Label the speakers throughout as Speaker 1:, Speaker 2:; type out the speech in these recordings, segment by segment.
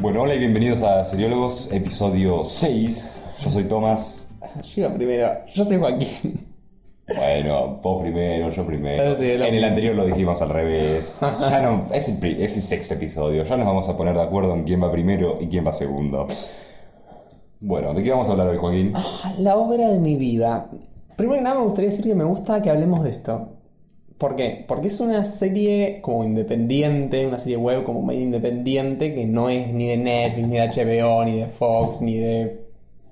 Speaker 1: Bueno, hola y bienvenidos a Seriólogos, episodio 6. Yo soy Tomás.
Speaker 2: Yo iba primero, yo soy Joaquín.
Speaker 1: Bueno, vos primero, yo primero.
Speaker 2: Ah, sí, la-
Speaker 1: en el anterior lo dijimos al revés. Ya no, es el, pri- es el sexto episodio. Ya nos vamos a poner de acuerdo en quién va primero y quién va segundo. Bueno, ¿de qué vamos a hablar hoy, Joaquín?
Speaker 2: La obra de mi vida. Primero que nada me gustaría decir que me gusta que hablemos de esto. ¿Por qué? Porque es una serie como independiente, una serie web como medio independiente que no es ni de Netflix, ni de HBO, ni de Fox, ni de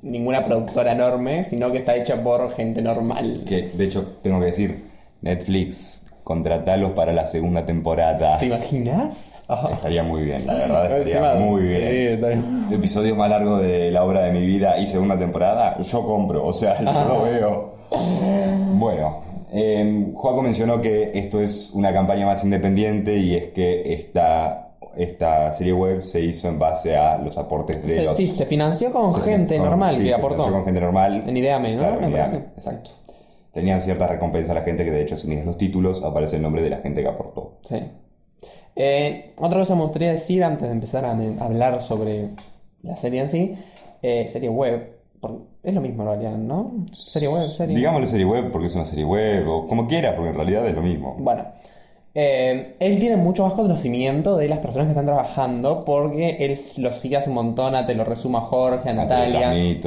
Speaker 2: ninguna productora enorme, sino que está hecha por gente normal.
Speaker 1: Que de hecho tengo que decir, Netflix, contratalos para la segunda temporada.
Speaker 2: ¿Te imaginas? Ah.
Speaker 1: Estaría muy bien, la verdad,
Speaker 2: Encima,
Speaker 1: estaría muy
Speaker 2: sí,
Speaker 1: bien.
Speaker 2: tal-
Speaker 1: Episodio más largo de la obra de mi vida y segunda temporada, yo compro, o sea, yo lo veo. Bueno, eh, Joaco mencionó que esto es una campaña más independiente y es que esta, esta serie web se hizo en base a los aportes de
Speaker 2: Sí,
Speaker 1: los...
Speaker 2: sí, se financió con
Speaker 1: con-
Speaker 2: gente
Speaker 1: con-
Speaker 2: normal
Speaker 1: sí,
Speaker 2: que
Speaker 1: se
Speaker 2: aportó.
Speaker 1: financió con gente normal.
Speaker 2: En Ideame, ¿no?
Speaker 1: Claro,
Speaker 2: Me
Speaker 1: en Ideame,
Speaker 2: parece.
Speaker 1: exacto. Tenían cierta recompensa a la gente que de hecho si miras los títulos aparece el nombre de la gente que aportó.
Speaker 2: Sí. Eh, otra cosa me gustaría decir antes de empezar a me- hablar sobre la serie en sí, eh, serie web, por- es lo mismo en realidad, ¿no? Serie web, serie.
Speaker 1: Digámosle serie web porque es una serie web o como quieras, porque en realidad es lo mismo.
Speaker 2: Bueno, eh, él tiene mucho más conocimiento de las personas que están trabajando porque él s- lo sigue hace un montón, a te lo resuma Jorge, a
Speaker 1: A Natalia.
Speaker 2: Natalia.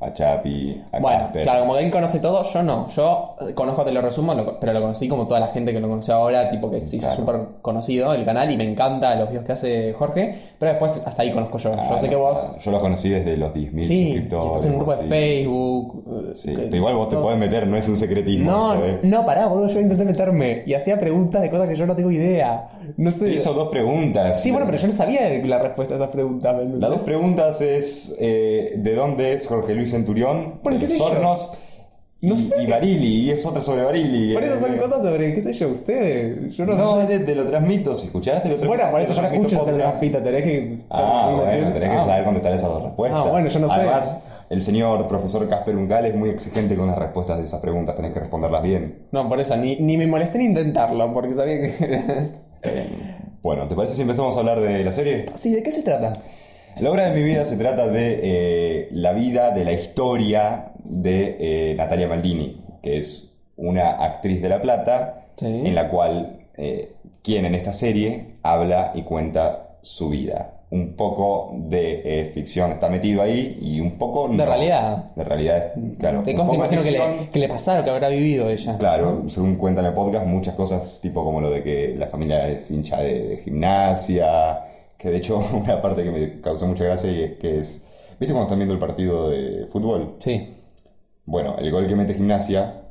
Speaker 1: a Chapi, a
Speaker 2: Bueno,
Speaker 1: Casper.
Speaker 2: claro, como que él conoce todo, yo no. Yo eh, conozco, te lo resumo, lo- pero lo conocí como toda la gente que lo conoce ahora, tipo que se hizo
Speaker 1: Claro.
Speaker 2: súper conocido el canal y me encanta los videos que hace Jorge, pero después hasta ahí conozco yo.
Speaker 1: Ah,
Speaker 2: yo sé que vos,
Speaker 1: Yo los conocí desde los 10.000
Speaker 2: sí,
Speaker 1: suscriptores.
Speaker 2: estás en un grupo de
Speaker 1: sí.
Speaker 2: Facebook. eh,
Speaker 1: Sí,
Speaker 2: que-
Speaker 1: pero igual vos te
Speaker 2: todo-
Speaker 1: podés meter, no es un secretismo.
Speaker 2: No,
Speaker 1: eso, ¿eh?
Speaker 2: no, pará, boludo, yo intenté meterme y hacía preguntas de cosas que yo no tengo idea. No sé.
Speaker 1: Hizo dos preguntas.
Speaker 2: Sí, bueno, pero yo no sabía la respuesta a esas preguntas. ¿me entendés?
Speaker 1: Las dos preguntas es eh, ¿de dónde es Jorge Luis Centurión?
Speaker 2: Bueno, qué sé yo.
Speaker 1: Sornos
Speaker 2: No
Speaker 1: y,
Speaker 2: sé.
Speaker 1: y Barili, y es otra sobre Barili.
Speaker 2: Por eso son
Speaker 1: eh,
Speaker 2: cosas sobre, qué sé yo, ustedes. Yo no,
Speaker 1: No, es de te lo transmito, si escucharas te lo transmito.
Speaker 2: Bueno, por eso yo no escucho
Speaker 1: Podcast.
Speaker 2: el Rampita, tenés que.
Speaker 1: Ah, bueno, tenés que
Speaker 2: Ah,
Speaker 1: saber contestar esas dos respuestas.
Speaker 2: Ah, bueno, yo no sé.
Speaker 1: Además, el señor profesor Casper Uncal es muy exigente con las respuestas de esas preguntas, tenés que responderlas bien.
Speaker 2: No, por eso, ni, ni me molesté en intentarlo, porque sabía que.
Speaker 1: Bueno, ¿te parece si empezamos a hablar de la serie?
Speaker 2: sí, ¿de qué se trata?
Speaker 1: La obra de mi vida se trata de eh, la vida, de la historia de eh, Natalia Maldini, que es una actriz de La Plata,
Speaker 2: Sí.
Speaker 1: en la cual eh, quien en esta serie habla y cuenta su vida. Un poco de eh, ficción está metido ahí y un poco...
Speaker 2: De realidad.
Speaker 1: De realidad, claro.
Speaker 2: Te
Speaker 1: un
Speaker 2: costa,
Speaker 1: poco
Speaker 2: imagino que
Speaker 1: ficción.
Speaker 2: le, que le pasaron, que habrá vivido ella.
Speaker 1: Claro, según cuentan en el podcast, muchas cosas, tipo como lo de que la familia es hincha de, de gimnasia, que de hecho una parte que me causó mucha gracia y es que es, ¿viste cuando están viendo el partido de fútbol?
Speaker 2: Sí.
Speaker 1: Bueno, el gol que mete gimnasia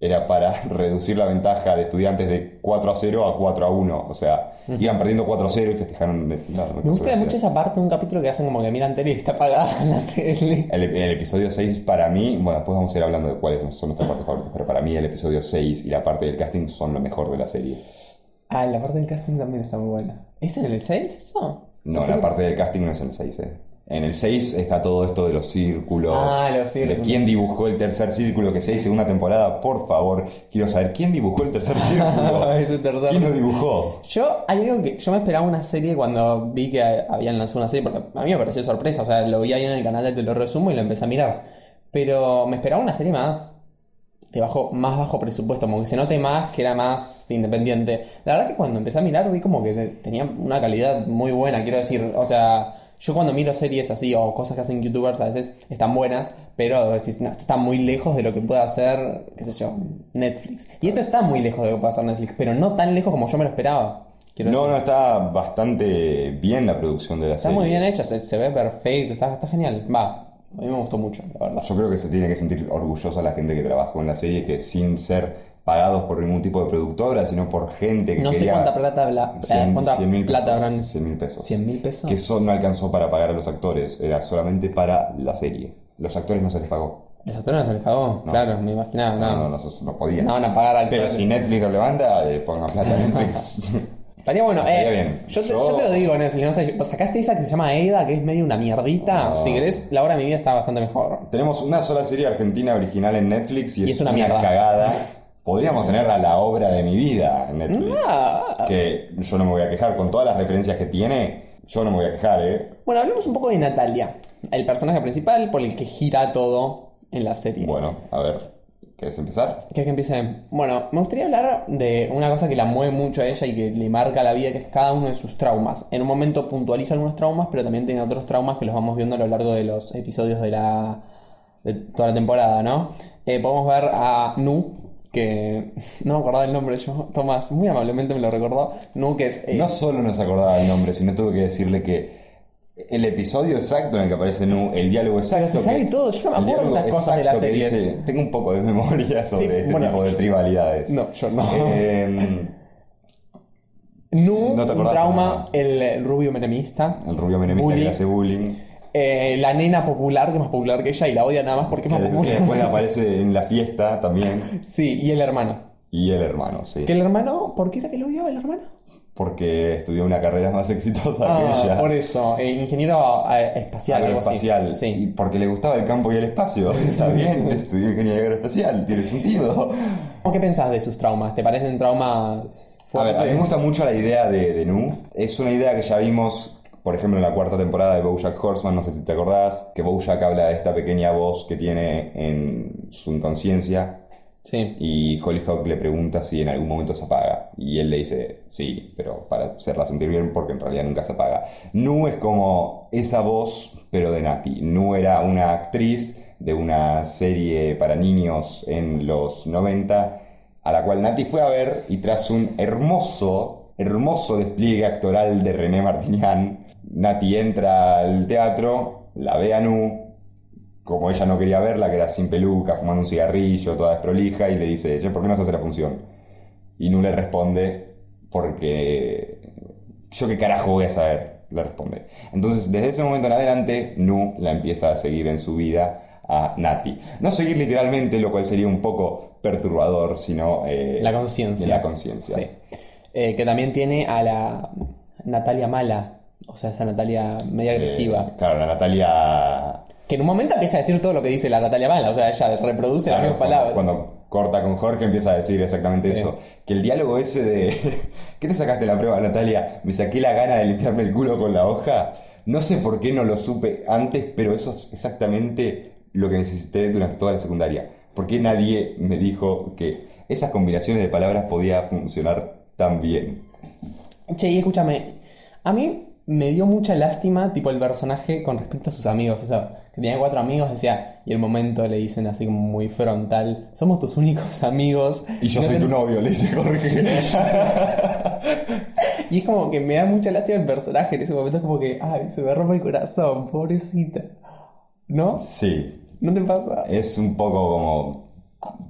Speaker 1: era para reducir la ventaja de estudiantes de 4 a 0 a 4 a 1, o sea, iban perdiendo 4 a 0 y festejaron... de- no, no
Speaker 2: Me
Speaker 1: causó
Speaker 2: gusta
Speaker 1: gracia.
Speaker 2: mucho esa parte de un capítulo que hacen como que miran tele y está apagada la tele.
Speaker 1: El, el episodio 6 para mí, bueno, después vamos a ir hablando de cuáles son nuestras partes favoritas, pero para mí el episodio 6 y la parte del casting son lo mejor de la serie.
Speaker 2: Ah, la parte del casting también está muy buena. ¿Es en el 6 eso?
Speaker 1: No,
Speaker 2: ¿Es
Speaker 1: la
Speaker 2: el-
Speaker 1: parte del casting no es en el 6, eh. En el 6 está todo esto de los círculos.
Speaker 2: Ah, los círculos.
Speaker 1: De quién dibujó el tercer círculo que se hizo una temporada. Por favor, quiero saber quién dibujó el tercer círculo.
Speaker 2: Ese tercer-
Speaker 1: ¿Quién lo dibujó?
Speaker 2: Yo, hay algo que yo me esperaba una serie cuando vi que habían lanzado una serie, porque a mí me pareció sorpresa, o sea, lo vi ahí en el canal de Te lo resumo y lo empecé a mirar. Pero me esperaba una serie más de bajo, más bajo presupuesto, como que se note más que era más independiente. La verdad que cuando empecé a mirar vi como que te- tenía una calidad muy buena, quiero decir, o sea, yo cuando miro series así o cosas que hacen youtubers a veces están buenas, pero decís, no, esto está muy lejos de lo que puede hacer, qué sé yo, Netflix. Y esto está muy lejos de lo que puede hacer Netflix, pero no tan lejos como yo me lo esperaba. Quiero
Speaker 1: No,
Speaker 2: decir.
Speaker 1: no, está bastante bien la producción de la
Speaker 2: Está
Speaker 1: serie.
Speaker 2: muy bien hecha, se, se ve perfecto, está, está genial. Va, a mí me gustó mucho, la verdad.
Speaker 1: Yo creo que se tiene que sentir orgullosa la gente que trabajó en la serie, que sin ser pagados por ningún tipo de productora, sino por gente que
Speaker 2: No sé
Speaker 1: quería
Speaker 2: cuánta plata, habla- eh,
Speaker 1: 100
Speaker 2: cuánta
Speaker 1: 100 mil
Speaker 2: plata
Speaker 1: pesos,
Speaker 2: habrán
Speaker 1: 100 mil pesos.
Speaker 2: 100 mil pesos.
Speaker 1: que eso no alcanzó para pagar a los actores, era solamente para la serie. Los actores no se les pagó.
Speaker 2: ¿Los actores no se les pagó? Claro, me imaginaba.
Speaker 1: No,
Speaker 2: No,
Speaker 1: no, no, eso no podían.
Speaker 2: No van a pagar al
Speaker 1: Pero si Netflix lo levanta, eh, pongan plata a Netflix.
Speaker 2: Estaría bueno.
Speaker 1: Estaría
Speaker 2: eh,
Speaker 1: bien.
Speaker 2: Yo, te,
Speaker 1: Yo-
Speaker 2: yo te lo digo, Netflix. No sé, sacaste esa que se llama Aida, que es medio una mierdita. Si querés, la hora de mi vida está bastante mejor.
Speaker 1: Tenemos una sola serie argentina original en Netflix y,
Speaker 2: Y
Speaker 1: es,
Speaker 2: es una mierda.
Speaker 1: cagada. Podríamos tener a la obra de mi vida en Netflix.
Speaker 2: Ah,
Speaker 1: Que yo no me voy a quejar con todas las referencias que tiene. Yo no me voy a quejar, ¿eh?
Speaker 2: Bueno, hablemos un poco de Natalia, el personaje principal por el que gira todo en la serie.
Speaker 1: Bueno, a ver, ¿querés empezar?
Speaker 2: ¿Quieres que empiece? Bueno, me gustaría hablar de una cosa que la mueve mucho a ella y que le marca la vida, que es cada uno de sus traumas. En un momento puntualiza algunos traumas, pero también tiene otros traumas que los vamos viendo a lo largo de los episodios de la de toda la temporada, ¿no? Eh, podemos ver a Nu, que no me acordaba el nombre yo, Tomás muy amablemente me lo recordó. Nu, que es... eh,
Speaker 1: No solo nos acordaba el nombre, sino tuve que decirle que el episodio exacto en el que aparece Nu, el diálogo exacto.
Speaker 2: se sabe
Speaker 1: que-
Speaker 2: todo, yo no
Speaker 1: el
Speaker 2: me acuerdo
Speaker 1: diálogo
Speaker 2: esas cosas de la
Speaker 1: exacto que
Speaker 2: serie.
Speaker 1: dice, tengo un poco de memoria sobre este
Speaker 2: bueno,
Speaker 1: tipo de tribalidades.
Speaker 2: No, yo no.
Speaker 1: Eh,
Speaker 2: Nu,
Speaker 1: no te
Speaker 2: un
Speaker 1: acordás,
Speaker 2: trauma,
Speaker 1: no.
Speaker 2: el rubio menemista.
Speaker 1: el rubio menemista
Speaker 2: Bullying.
Speaker 1: que le hace bullying.
Speaker 2: Eh, la nena popular, que es más popular que ella y la odia nada más porque es
Speaker 1: Que
Speaker 2: más
Speaker 1: después,
Speaker 2: popular.
Speaker 1: después aparece en la fiesta también.
Speaker 2: Sí, y el hermano.
Speaker 1: Y el hermano, sí.
Speaker 2: Que el hermano, ¿por qué era que lo odiaba el hermano?
Speaker 1: Porque estudió una carrera más exitosa
Speaker 2: Ah,
Speaker 1: que ella.
Speaker 2: por eso, eh, ingeniero eh, espacial, algo así.
Speaker 1: aeroespacial. Y
Speaker 2: Sí.
Speaker 1: porque le gustaba el campo y el espacio. Está bien, estudió ingeniería aeroespacial, tiene sentido.
Speaker 2: ¿Cómo ¿Qué pensás de sus traumas? ¿Te parecen traumas
Speaker 1: A ver,
Speaker 2: fuertes?
Speaker 1: a mí me gusta mucho la idea de, de Nu. Es una idea que ya vimos, por ejemplo, en la cuarta temporada de Bojack Horseman, no sé si te acordás, que Bojack habla de esta pequeña voz que tiene en su inconsciencia
Speaker 2: Sí.
Speaker 1: y Hollyhock le pregunta si en algún momento se apaga. Y él le dice, sí, pero para hacerla sentir bien porque en realidad nunca se apaga. Nu es como esa voz, pero de Nati. Nu era una actriz de una serie para niños en los 90, a la cual Nati fue a ver y tras un hermoso, hermoso despliegue actoral de René Martinián, Nati entra al teatro, la ve a Nu, como ella no quería verla, que era sin peluca, fumando un cigarrillo, toda desprolija, y le dice, che, ¿por qué no se hace la función? Y Nu le responde, porque yo qué carajo voy a saber, le responde. Entonces, desde ese momento en adelante, Nu la empieza a seguir en su vida a Nati. No seguir literalmente, lo cual sería un poco perturbador, sino... eh,
Speaker 2: La conciencia.
Speaker 1: de la conciencia.
Speaker 2: Sí. Eh, que también tiene a la Natalia mala, o sea, esa Natalia media
Speaker 1: Eh,
Speaker 2: agresiva.
Speaker 1: claro, la Natalia...
Speaker 2: Que en un momento empieza a decir todo lo que dice la Natalia mala, o sea, ella reproduce las
Speaker 1: Claro,
Speaker 2: mismas palabras.
Speaker 1: Cuando, cuando corta con Jorge empieza a decir exactamente
Speaker 2: Sí.
Speaker 1: eso. Que el diálogo ese de... ¿Qué te sacaste en la prueba, Natalia? Me saqué la gana de limpiarme el culo con la hoja. No sé por qué no lo supe antes, pero eso es exactamente lo que necesité durante toda la secundaria. ¿Por qué nadie me dijo que esas combinaciones de palabras podía funcionar tan bien?
Speaker 2: Che, y escúchame, a mí me dio mucha lástima, tipo, el personaje con respecto a sus amigos. O sea, que tenía cuatro amigos, decía, y el momento le dicen así como muy frontal, somos tus únicos amigos.
Speaker 1: Y yo
Speaker 2: No
Speaker 1: soy
Speaker 2: te-
Speaker 1: tu novio, le dice Jorge.
Speaker 2: Y es como que me da mucha lástima el personaje en ese momento, es como que, ay, se me rompe el corazón, pobrecita. ¿No?
Speaker 1: sí.
Speaker 2: ¿No te pasa?
Speaker 1: es un poco como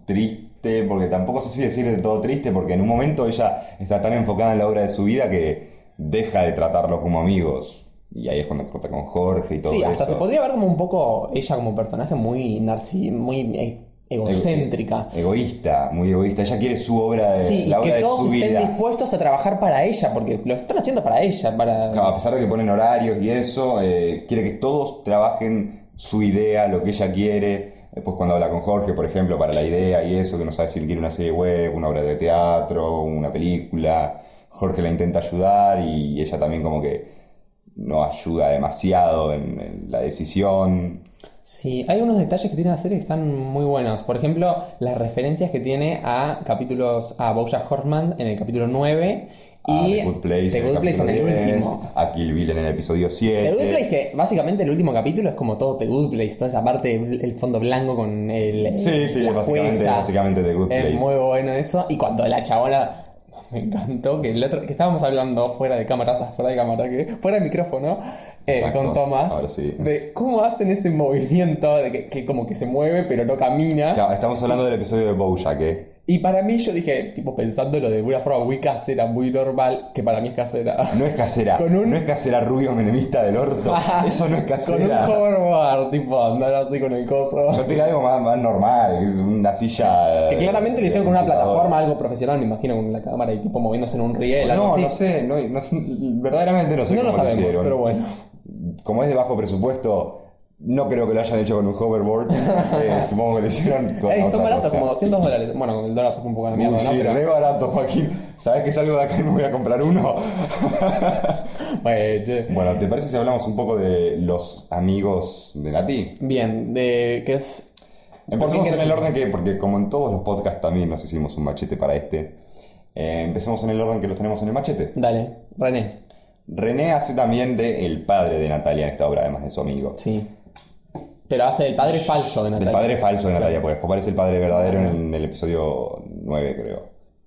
Speaker 1: triste, porque tampoco sé si decir de todo triste, porque en un momento ella está tan enfocada en la obra de su vida que deja de tratarlos como amigos. Y ahí es cuando corta con Jorge y todo
Speaker 2: Sí,
Speaker 1: eso.
Speaker 2: hasta se podría ver como un poco ella como personaje muy narci muy e- egocéntrica.
Speaker 1: Egoísta, muy egoísta. Ella quiere su obra de
Speaker 2: Sí,
Speaker 1: la
Speaker 2: y
Speaker 1: obra
Speaker 2: que
Speaker 1: de su
Speaker 2: todos estén
Speaker 1: vida.
Speaker 2: dispuestos a trabajar para ella, porque lo están haciendo para ella, para...
Speaker 1: Claro, a pesar de que ponen horarios y eso, eh, quiere que todos trabajen su idea, lo que ella quiere. Después cuando habla con Jorge, por ejemplo, para la idea y eso, que no sabe si quiere una serie web, una obra de teatro, una película. Jorge la intenta ayudar y ella también como que no ayuda demasiado en, en la decisión.
Speaker 2: Sí, hay unos detalles que tiene la serie que están muy buenos. Por ejemplo, las referencias que tiene a capítulos, a Bojack Horseman en el capítulo 9
Speaker 1: a
Speaker 2: y
Speaker 1: Ah, The Good Place,
Speaker 2: Ah, The
Speaker 1: en el
Speaker 2: Good Place en el Este
Speaker 1: capítulo 10,
Speaker 2: último.
Speaker 1: A Kill Bill en el episodio 7.
Speaker 2: The Good Place, que básicamente el último capítulo es como todo The Good Place, toda esa parte, el fondo blanco con el.
Speaker 1: Sí, sí,
Speaker 2: la
Speaker 1: básicamente,
Speaker 2: jueza.
Speaker 1: básicamente The Good Place.
Speaker 2: Es muy bueno eso. Y cuando la chabona. Me encantó que el otro. que estábamos hablando fuera de cámaras, fuera de cámara, que fuera de micrófono, eh,
Speaker 1: Exacto,
Speaker 2: con Tomás.
Speaker 1: ahora sí.
Speaker 2: De cómo hacen ese movimiento de que, que como que se mueve pero no camina.
Speaker 1: Claro, estamos hablando del episodio de Bojack, ¿eh?
Speaker 2: Y para mí, yo dije, tipo, pensándolo de una forma muy casera, muy normal, que para mí es casera.
Speaker 1: No es casera.
Speaker 2: Con un-
Speaker 1: No es casera rubio menemista del orto. Eso no es
Speaker 2: Con un
Speaker 1: casera.
Speaker 2: hoverboard, tipo, andar así con el coso.
Speaker 1: Yo tiré algo más, más normal, es una silla.
Speaker 2: Que
Speaker 1: eh,
Speaker 2: claramente lo
Speaker 1: de
Speaker 2: hicieron con una
Speaker 1: computadora.
Speaker 2: plataforma, algo profesional, me imagino, con la cámara y tipo moviéndose en un riel, algo
Speaker 1: No,
Speaker 2: así.
Speaker 1: no sé, no, no- verdaderamente no sé
Speaker 2: No
Speaker 1: cómo
Speaker 2: lo sabemos,
Speaker 1: hicieron.
Speaker 2: pero bueno.
Speaker 1: Como es de bajo presupuesto, no creo que lo hayan hecho con un hoverboard. Eh, supongo que lo hicieron con.
Speaker 2: Ey,
Speaker 1: otra
Speaker 2: son baratos,
Speaker 1: cosa.
Speaker 2: como 200 dólares. Bueno, el dólar se fue un poco a la
Speaker 1: Uy,
Speaker 2: mierda, ¿no?
Speaker 1: sí,
Speaker 2: Pero-
Speaker 1: re barato, Joaquín. ¿Sabes que salgo de acá y me voy a comprar uno?
Speaker 2: Bueno, che.
Speaker 1: Bueno, ¿te parece si hablamos un poco de los amigos de Nati?
Speaker 2: Bien, de que es.
Speaker 1: Empecemos
Speaker 2: ¿Por
Speaker 1: en
Speaker 2: qué
Speaker 1: el
Speaker 2: querés-
Speaker 1: orden que, porque como en todos los podcasts también nos hicimos un machete para este, eh, empecemos en el orden que los tenemos en el machete.
Speaker 2: Dale, René.
Speaker 1: René hace también de el padre de Natalia en esta obra, además de su amigo.
Speaker 2: Sí. Pero hace el padre falso de
Speaker 1: El
Speaker 2: Natalia.
Speaker 1: padre falso de Natalia, pues después parece el padre verdadero en el episodio 9, creo.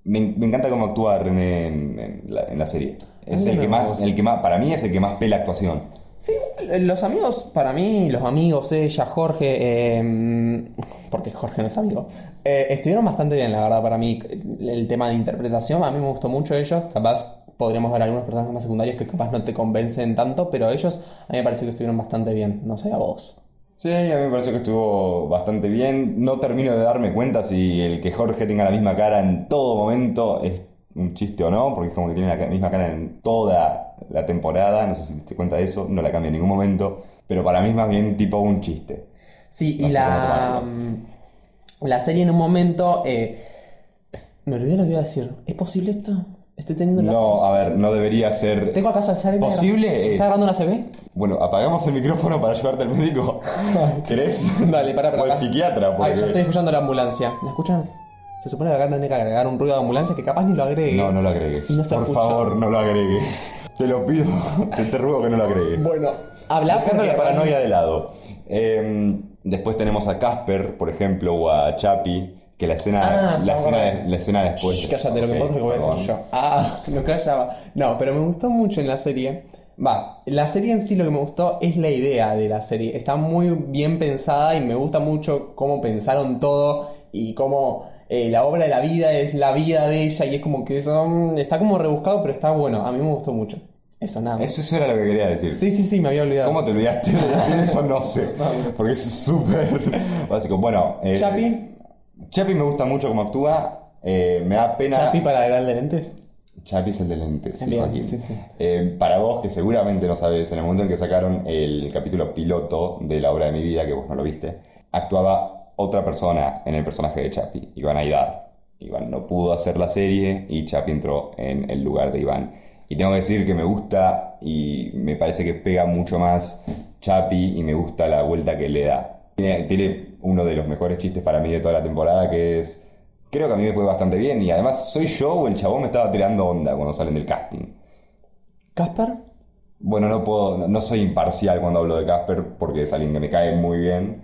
Speaker 1: Me, en- me encanta cómo actúa René en, en la, en la serie. Es
Speaker 2: mí
Speaker 1: el
Speaker 2: no
Speaker 1: que,
Speaker 2: me
Speaker 1: más,
Speaker 2: gusta.
Speaker 1: el que más, para mí es el que más pela actuación.
Speaker 2: Sí, los amigos, para mí, los amigos, ella, Jorge, eh, porque Jorge no es amigo, eh, estuvieron bastante bien, la verdad, para mí. El tema de interpretación, a mí me gustó mucho ellos. Capaz podríamos ver algunos personajes más secundarios que capaz no te convencen tanto, pero ellos a mí me pareció que estuvieron bastante bien. No sé, a vos.
Speaker 1: Sí, a mí me pareció que estuvo bastante bien. No termino de darme cuenta si el que Jorge tenga la misma cara en todo momento es un chiste o no, porque es como que tiene la ca- misma cara en toda la temporada. No sé si te diste cuenta de eso, no la cambia en ningún momento. Pero para mí es más bien tipo un chiste.
Speaker 2: Sí,
Speaker 1: No
Speaker 2: y
Speaker 1: sé cómo
Speaker 2: la,
Speaker 1: tomarlo.
Speaker 2: mm, la serie en un momento... eh, me olvidé lo que iba a decir. ¿Es posible esto? Estoy teniendo
Speaker 1: No,
Speaker 2: lapsus.
Speaker 1: a ver, no debería ser.
Speaker 2: ¿Tengo acaso Alzheimer?
Speaker 1: Posible
Speaker 2: ¿Está
Speaker 1: es.
Speaker 2: grabando una CB?
Speaker 1: Bueno, apagamos el micrófono para llevarte al médico. ¿Querés?
Speaker 2: Dale, pará, pará,
Speaker 1: O al
Speaker 2: pará.
Speaker 1: psiquiatra, porque...
Speaker 2: Ay, yo estoy escuchando la ambulancia. ¿La escuchan? Se supone que acá tiene que agregar un ruido de ambulancia que capaz ni lo agregue.
Speaker 1: No, no lo agregues.
Speaker 2: Y no se
Speaker 1: Por
Speaker 2: escucha.
Speaker 1: favor, no lo agregues. Te lo pido, te, te ruego que no lo agregues.
Speaker 2: Bueno, habla
Speaker 1: Dejando
Speaker 2: porque
Speaker 1: la paranoia de lado. Eh, después tenemos a Casper, por ejemplo, o a Chapi, que la escena,
Speaker 2: Ah,
Speaker 1: la,
Speaker 2: ya me
Speaker 1: escena
Speaker 2: acordé.
Speaker 1: la escena después.
Speaker 2: Shh, cállate, lo que
Speaker 1: Pues, Ok,
Speaker 2: importa es lo que voy a
Speaker 1: perdón.
Speaker 2: decir yo. Ah, lo callaba. No, pero me gustó mucho en la serie. Va, la serie en sí lo que me gustó es la idea de la serie. Está muy bien pensada y me gusta mucho cómo pensaron todo y cómo eh, la obra de la vida es la vida de ella y es como que eso mm, está como rebuscado, pero está bueno. A mí me gustó mucho. Eso nada. más.
Speaker 1: Eso, eso era lo que quería decir.
Speaker 2: Sí, sí, sí, me había olvidado.
Speaker 1: ¿Cómo te olvidaste de decir eso? No sé. Porque es súper básico. Bueno, eh,
Speaker 2: Chapi,
Speaker 1: Chapi me gusta mucho cómo actúa. eh, me da pena.
Speaker 2: Chapi para el de lentes.
Speaker 1: Chapi es el de lentes. sí,
Speaker 2: Bien,
Speaker 1: Joaquín.
Speaker 2: sí, sí.
Speaker 1: Eh, para vos, que seguramente no sabés, en el momento en que sacaron el capítulo piloto de la obra de mi vida, que vos no lo viste, actuaba otra persona en el personaje de Chapi, Iván Aidar. Iván no pudo hacer la serie y Chapi entró en el lugar de Iván. Y tengo que decir que me gusta y me parece que pega mucho más Chapi y me gusta la vuelta que le da. Tiene, tiene uno de los mejores chistes para mí de toda la temporada que es... Creo que a mí me fue bastante bien y además soy yo o el chabón me estaba tirando onda cuando salen del casting.
Speaker 2: ¿Casper?
Speaker 1: Bueno, no puedo, no- no soy imparcial cuando hablo de Casper porque es alguien que me cae muy bien.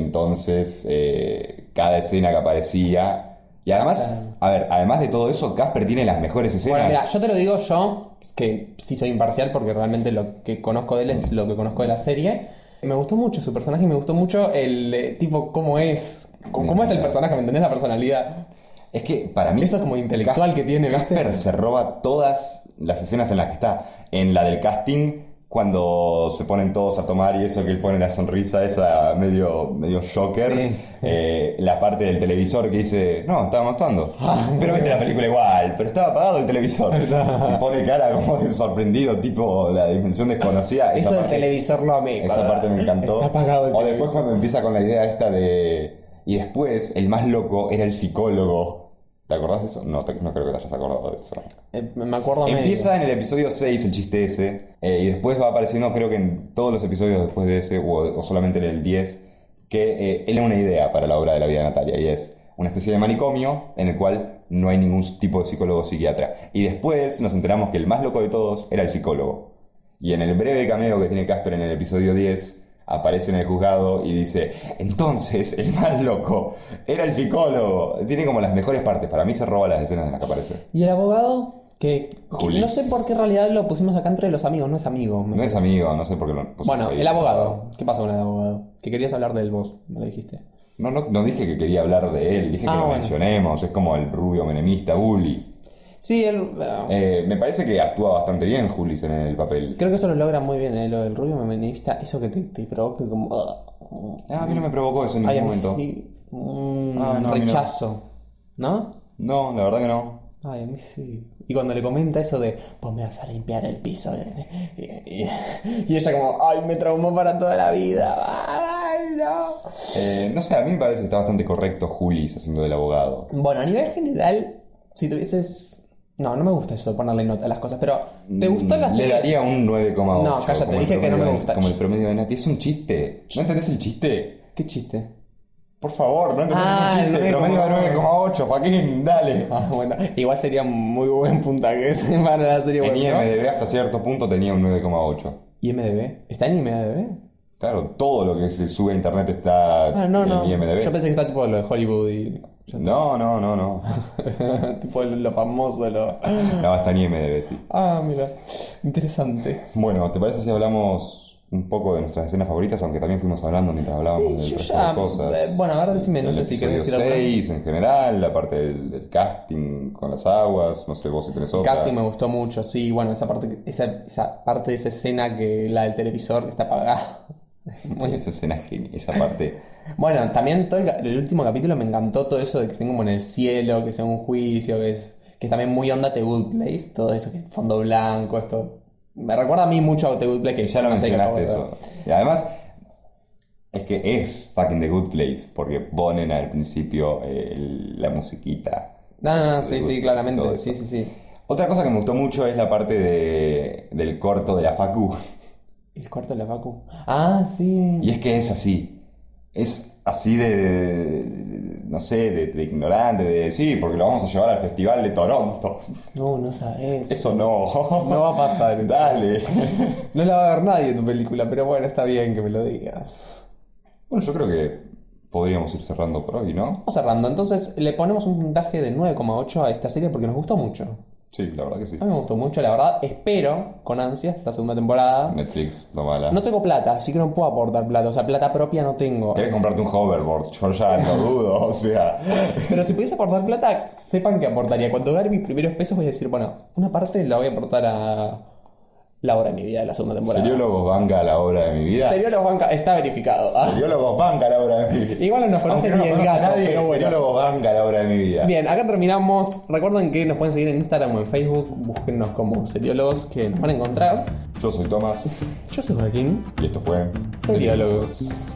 Speaker 1: Entonces, eh, cada escena que aparecía. Y además, a ver, además de todo eso, Casper tiene las mejores
Speaker 2: Bueno, mira,
Speaker 1: escenas.
Speaker 2: yo te lo digo yo, que sí soy imparcial porque realmente lo que conozco de él es lo que conozco de la serie. Me gustó mucho su personaje y me gustó mucho el eh, tipo cómo es, cómo, cómo es el personaje, ¿me entendés? La personalidad.
Speaker 1: Es que para mí.
Speaker 2: Eso como intelectual que tiene, ¿viste?
Speaker 1: Casper se roba todas las escenas en las que está. En la del casting, cuando se ponen todos a tomar y eso que él pone la sonrisa, esa medio, medio shocker.
Speaker 2: Sí.
Speaker 1: Eh, la parte del televisor que dice, no, estábamos actuando.
Speaker 2: Ah.
Speaker 1: Pero viste la película igual, pero estaba apagado el televisor. Y pone cara como de sorprendido, tipo la dimensión desconocida. Esa
Speaker 2: Eso del
Speaker 1: parte-
Speaker 2: televisor no me.
Speaker 1: esa parte me encantó.
Speaker 2: Está apagado el
Speaker 1: o después
Speaker 2: televisor.
Speaker 1: cuando empieza con la idea esta de. Y después, el más loco era el psicólogo. ¿Te acordás de eso? No, te- no creo que te hayas acordado de eso.
Speaker 2: Eh, me acuerdo medio.
Speaker 1: Empieza en el episodio 6 el chiste ese. eh, y después va apareciendo, creo que en todos los episodios después de ese, o, o solamente en el 10, que eh, él tiene una idea para la obra de la vida de Natalia. Y es una especie de manicomio en el cual no hay ningún tipo de psicólogo o psiquiatra. Y después nos enteramos que el más loco de todos era el psicólogo. Y en el breve cameo que tiene Casper en el episodio 10, aparece en el juzgado y dice, entonces el más loco era el psicólogo. Tiene como las mejores partes. Para mí se roba las escenas en las que aparece.
Speaker 2: Y el abogado, que, que
Speaker 1: Julis.
Speaker 2: no sé por qué en realidad lo pusimos acá entre los amigos, no es amigo. me
Speaker 1: No es amigo, no sé por qué lo puso
Speaker 2: Bueno,
Speaker 1: ahí.
Speaker 2: el abogado. ¿Qué pasa con el abogado? Que querías hablar del vos, me lo dijiste.
Speaker 1: No, no, no dije que quería hablar de él, dije que
Speaker 2: Ah,
Speaker 1: lo
Speaker 2: bueno.
Speaker 1: mencionemos. Es como el rubio menemista, Bully.
Speaker 2: Sí, él. eh,
Speaker 1: Eh, me parece que actúa bastante bien Julis en el papel.
Speaker 2: creo que eso lo logra muy bien, eh, lo del rubio menemista. Eso que te, te provoca como. ah,
Speaker 1: Ah, a mí no me provocó eso en
Speaker 2: ay, a
Speaker 1: ningún
Speaker 2: mí
Speaker 1: momento.
Speaker 2: sí, un
Speaker 1: Ah, no, a mí no.
Speaker 2: rechazo. ¿No?
Speaker 1: No, la verdad que no.
Speaker 2: Ay, a mí sí. Y cuando le comenta eso de, vos me vas a limpiar el piso. eh, Y, y- y ella como, ay, me traumó para toda la vida. Ay, no.
Speaker 1: Eh, no sé, a mí me parece que está bastante correcto Julis haciendo del abogado.
Speaker 2: Bueno, a nivel general, si tuvieses No, no me gusta eso de ponerle nota a las cosas, pero ¿te gustó la
Speaker 1: Le
Speaker 2: serie?
Speaker 1: daría un 9,8.
Speaker 2: No, cállate,
Speaker 1: como el
Speaker 2: dije que no me
Speaker 1: promedio de-
Speaker 2: gusta.
Speaker 1: Como el promedio de Nati. Es un chiste. ¿No entendés el chiste?
Speaker 2: ¿Qué chiste?
Speaker 1: Por favor, no entendés
Speaker 2: Ah,
Speaker 1: el chiste.
Speaker 2: el
Speaker 1: promedio de 9,8, Joaquín, dale.
Speaker 2: Ah, bueno, igual sería muy buen puntaje ese para la serie
Speaker 1: En
Speaker 2: web, ¿no?
Speaker 1: IMDB hasta cierto punto tenía un 9,8.
Speaker 2: IMDB. ¿Está en IMDB?
Speaker 1: Claro, todo lo que se sube a internet está
Speaker 2: Ah, no,
Speaker 1: en
Speaker 2: no.
Speaker 1: IMDb.
Speaker 2: Yo pensé que está tipo lo de Hollywood y.
Speaker 1: No, no, no, no.
Speaker 2: tipo lo, lo famoso, lo.
Speaker 1: No, está en IMDb, sí.
Speaker 2: Ah, mira. Interesante.
Speaker 1: Bueno, ¿te parece si hablamos un poco de nuestras escenas favoritas? Aunque también fuimos hablando mientras hablábamos
Speaker 2: Sí,
Speaker 1: de
Speaker 2: yo
Speaker 1: otras
Speaker 2: ya.
Speaker 1: cosas.
Speaker 2: eh, bueno, ahora decime, no
Speaker 1: El
Speaker 2: sé si querés decir
Speaker 1: episodio
Speaker 2: otra.
Speaker 1: 6 en general, la parte del, del casting con las aguas, no sé vos si tenés
Speaker 2: El
Speaker 1: otra.
Speaker 2: casting me gustó mucho, sí, bueno, esa parte, que- esa, esa parte de esa escena que la del televisor que está apagada.
Speaker 1: Esa escena es genial, esa parte.
Speaker 2: Bueno, también todo el, ca- el último capítulo me encantó todo eso de que estén como en el cielo, que sea un juicio, que es, que es también muy onda The Good Place, todo eso que es fondo blanco, esto. Me recuerda a mí mucho a The Good Place, que
Speaker 1: Ya lo
Speaker 2: no sé qué acabo
Speaker 1: mencionaste
Speaker 2: de ver.
Speaker 1: eso. Y además, es que es fucking The Good Place, porque ponen al principio eh, el- la musiquita.
Speaker 2: No, no, no,
Speaker 1: The
Speaker 2: Ah, sí,
Speaker 1: Good Place
Speaker 2: sí,
Speaker 1: y todo
Speaker 2: claramente,
Speaker 1: eso.
Speaker 2: sí, sí, sí.
Speaker 1: Otra cosa que me gustó mucho es la parte de, del corto de la Facu.
Speaker 2: El cuarto de la Facu. Ah, sí.
Speaker 1: Y es que es así. Es así de. de- de- no sé, de, de ignorante, de. Sí, porque lo vamos a llevar al Festival de Toronto.
Speaker 2: No, no sabes.
Speaker 1: Eso no.
Speaker 2: No va a pasar. en serio.
Speaker 1: Dale.
Speaker 2: No la va a ver nadie tu película, pero bueno, está bien que me lo digas.
Speaker 1: Bueno, yo creo que podríamos ir cerrando por hoy, ¿no?
Speaker 2: Vamos cerrando, entonces le ponemos un puntaje de 9,8 a esta serie porque nos gustó mucho.
Speaker 1: Sí, la verdad que sí.
Speaker 2: A mí me gustó mucho, la verdad. Espero con ansias la segunda temporada.
Speaker 1: Netflix, no mala.
Speaker 2: No tengo plata, así que no puedo aportar plata. O sea, plata propia no tengo.
Speaker 1: ¿Querés comprarte un hoverboard? Yo ya no dudo, o sea.
Speaker 2: Pero si pudiese aportar plata, sepan que aportaría. Cuando gane mis primeros pesos voy a decir, bueno, una parte la voy a aportar a la hora de mi vida de la segunda temporada.
Speaker 1: Seriólogos banca la obra de mi vida.
Speaker 2: Seriólogos banca, está verificado. Ah.
Speaker 1: Seriólogos banca la obra de mi vida.
Speaker 2: Igual no nos conoce
Speaker 1: Aunque no
Speaker 2: ni
Speaker 1: nos
Speaker 2: el
Speaker 1: conoce
Speaker 2: gato,
Speaker 1: nadie,
Speaker 2: pero bueno.
Speaker 1: Seriólogos banca la obra de mi vida.
Speaker 2: Bien, acá terminamos. Recuerden que nos pueden seguir en Instagram o en Facebook. Búsquennos como seriólogos que nos van a encontrar.
Speaker 1: Yo soy Tomás
Speaker 2: Yo soy Joaquín.
Speaker 1: y esto fue
Speaker 2: Seriólogos.